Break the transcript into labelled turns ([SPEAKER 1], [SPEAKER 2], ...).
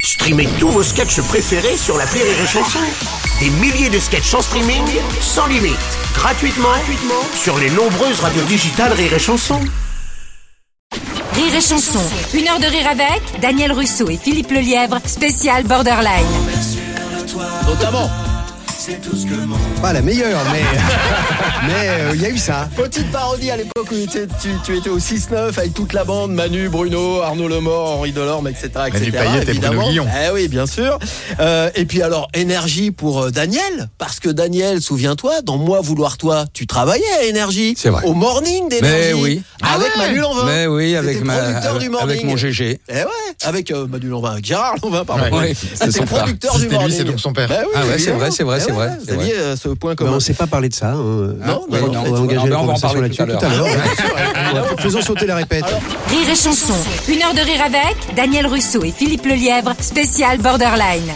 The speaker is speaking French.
[SPEAKER 1] Streamez tous vos sketchs préférés sur la Rire et Chanson. Des milliers de sketchs en streaming, sans limite, gratuitement, gratuitement sur les nombreuses radios digitales Rire et Chanson.
[SPEAKER 2] Rire et chanson. Une heure de rire avec Daniel Russo et Philippe Lelièvre, spécial Borderline.
[SPEAKER 3] Notamment.
[SPEAKER 4] Pas la meilleure, mais mais euh, il y a eu ça.
[SPEAKER 3] Petite parodie à l'époque où tu, étais- tu- tu étais au 6-9 avec toute la bande, Manu, Bruno, Arnaud Lemort, Henri Delorme, etc. etc.
[SPEAKER 5] Manu Payet et Bruno
[SPEAKER 3] évidemment.
[SPEAKER 5] Guillon.
[SPEAKER 3] Eh oui, bien sûr. Euh, et puis alors, énergie pour euh, Daniel, parce que Daniel, souviens-toi, dans Moi vouloir toi, tu travaillais à énergie.
[SPEAKER 6] C'est vrai.
[SPEAKER 3] Au morning d'énergie.
[SPEAKER 6] Mais oui. Ah
[SPEAKER 3] Avec Manu Lanvin.
[SPEAKER 6] Mais oui, avec,
[SPEAKER 3] T'étais
[SPEAKER 6] ma,
[SPEAKER 3] producteur du
[SPEAKER 6] avec,
[SPEAKER 3] morning.
[SPEAKER 6] mon GG.
[SPEAKER 3] Eh ouais, avec euh, Manu Lanvin, avec Gérard Lanvin, pardon.
[SPEAKER 6] Ouais, ouais,
[SPEAKER 3] Ah,
[SPEAKER 6] c'est
[SPEAKER 3] t'es
[SPEAKER 6] son frère.
[SPEAKER 3] producteur
[SPEAKER 5] Si
[SPEAKER 3] du
[SPEAKER 5] c'était lui,
[SPEAKER 3] morning.
[SPEAKER 5] c'est donc son père.
[SPEAKER 3] Bah oui,
[SPEAKER 6] Ah ouais, c'est
[SPEAKER 3] évidemment.
[SPEAKER 6] vrai, c'est vrai,
[SPEAKER 3] Eh
[SPEAKER 6] c'est
[SPEAKER 3] ouais,
[SPEAKER 6] vrai,
[SPEAKER 3] Vous
[SPEAKER 6] c'est
[SPEAKER 3] aviez euh, ce point
[SPEAKER 4] Mais
[SPEAKER 3] commun.
[SPEAKER 4] on s'est pas parlé de ça. hein.
[SPEAKER 3] Non,
[SPEAKER 4] Ouais,
[SPEAKER 3] non,
[SPEAKER 4] on
[SPEAKER 3] non,
[SPEAKER 4] va
[SPEAKER 3] non,
[SPEAKER 4] engager
[SPEAKER 6] mais
[SPEAKER 4] la
[SPEAKER 6] on va en
[SPEAKER 4] conversation
[SPEAKER 6] parler
[SPEAKER 4] là-dessus
[SPEAKER 6] tout à
[SPEAKER 4] tout à
[SPEAKER 6] l'heure.
[SPEAKER 4] l'heure. Ouais, Faisons sauter la répète.
[SPEAKER 2] Rire et chanson. Une heure de rire avec Daniel Russo et Philippe Lelièvre, spécial Borderline.